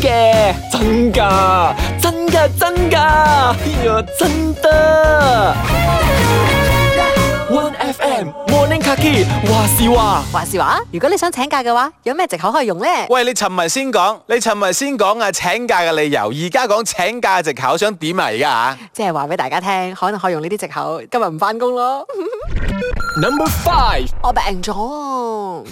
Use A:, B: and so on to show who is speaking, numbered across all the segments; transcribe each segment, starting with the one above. A: 嘅，真噶，真噶，真噶，哎呀，真得。One FM Morning Kaki 話是話，
B: 話是話，如果你想請假嘅話，有咩藉口可以用呢？
C: 喂，你尋日先講，你尋日先講啊請假嘅理由，而家講請假嘅藉口，想點啊而家啊？
B: 即係話俾大家聽，可能可以用呢啲藉口，今日唔翻工 咯。
A: Number Five，
B: 我病咗，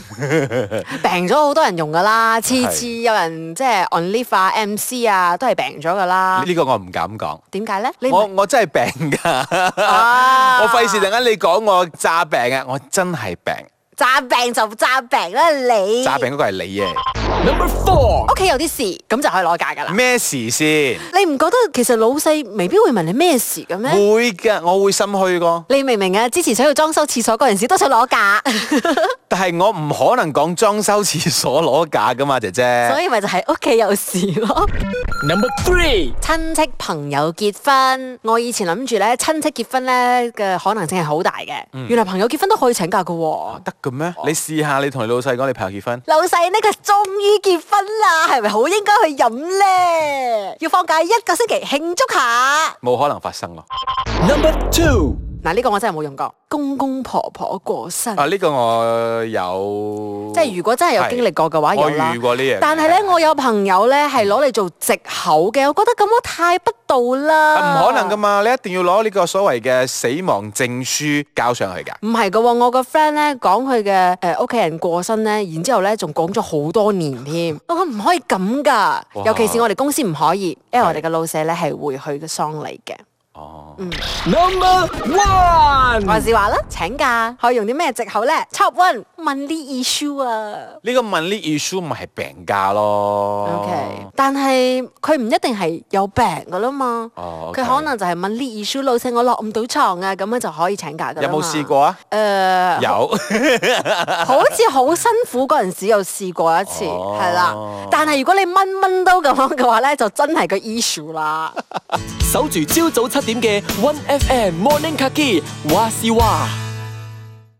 B: 病咗好多人用噶啦，次次有人即係 on leave 啊、MC 啊，都係病咗噶啦。
C: 呢個我唔敢講，
B: 點解啊咧？你唔
C: 我我真係病㗎，
B: 啊
C: 我費事突然間你講我詐病啊，我真係病，
B: 詐病就詐病啦，你
C: 詐病嗰個係你啊嘅，
A: Number Four，
B: 屋企有啲事，咁就可以攞假噶啦。
C: 咩事先？
B: 你唔覺得其實老細未必會問你咩事嘅咩？
C: 會㗎，我會心虛㗎，
B: 你明唔明啊？之前想要裝修廁所嗰陣時，都想攞假，
C: 但係我唔可能講裝修廁所攞假㗎嘛，姐姐
B: 所。以咪就係屋企有事咯。
A: Number Three，
B: 親戚朋友結婚，我以前諗住咧親戚結婚咧嘅可能性係好大嘅，
C: 嗯
B: 原來朋友結婚都可以請假嘅喎。
C: 得嘅咩？你試下你同你老細講你朋友結婚，
B: 老細呢個終於結婚啦，係咪好應該去飲咧？要放假一個星期慶祝下。
C: 冇可能發生咯。
A: Number Two，
B: 嗱，呢個我真係冇用過，公公婆婆過身。
C: 啊，呢、個我有，
B: 即係如果真係有經歷過嘅話，有
C: 我
B: 啦
C: 遇。過呢樣嘢。
B: 但係咧，我有朋友咧係攞嚟做藉口嘅，我覺得咁樣太不道啦。
C: 啊唔可能噶嘛，你一定要攞呢個所謂嘅死亡證書交上去㗎。
B: 唔係噶喎，我個 friend 咧講佢嘅誒屋企人過身咧，然之後咧仲講咗好多年 添。我哦講唔可以咁噶，
C: 哇
B: 尤其是我哋公司唔可以，因為
C: 係
B: 我哋嘅老細咧係會去嘅喪禮嘅。
C: 哦，
A: Number
B: 話
A: One，
B: 是話啦，請假可以用啲咩藉口咧？Top one 問啲 issue 啊。
C: 呢個 money issue 咪係病假咯。
B: OK，但係佢唔一定係有病噶啦嘛，佢、
C: 哦，OK
B: 可能就係問呢 issue 老細我落唔到床啊，咁樣就可以請假噶
C: 有
B: 啦
C: 冇
B: 嘛
C: 試？過啊？
B: 誒、
C: 有，
B: 好似好辛苦嗰陣時有試過一次，
C: 哦
B: 係啦、但係如果你蚊蚊都咁樣嘅話咧，就真係個 issue 啦。
A: 守住朝早七點嘅 One FM Morning Kaki 話是話。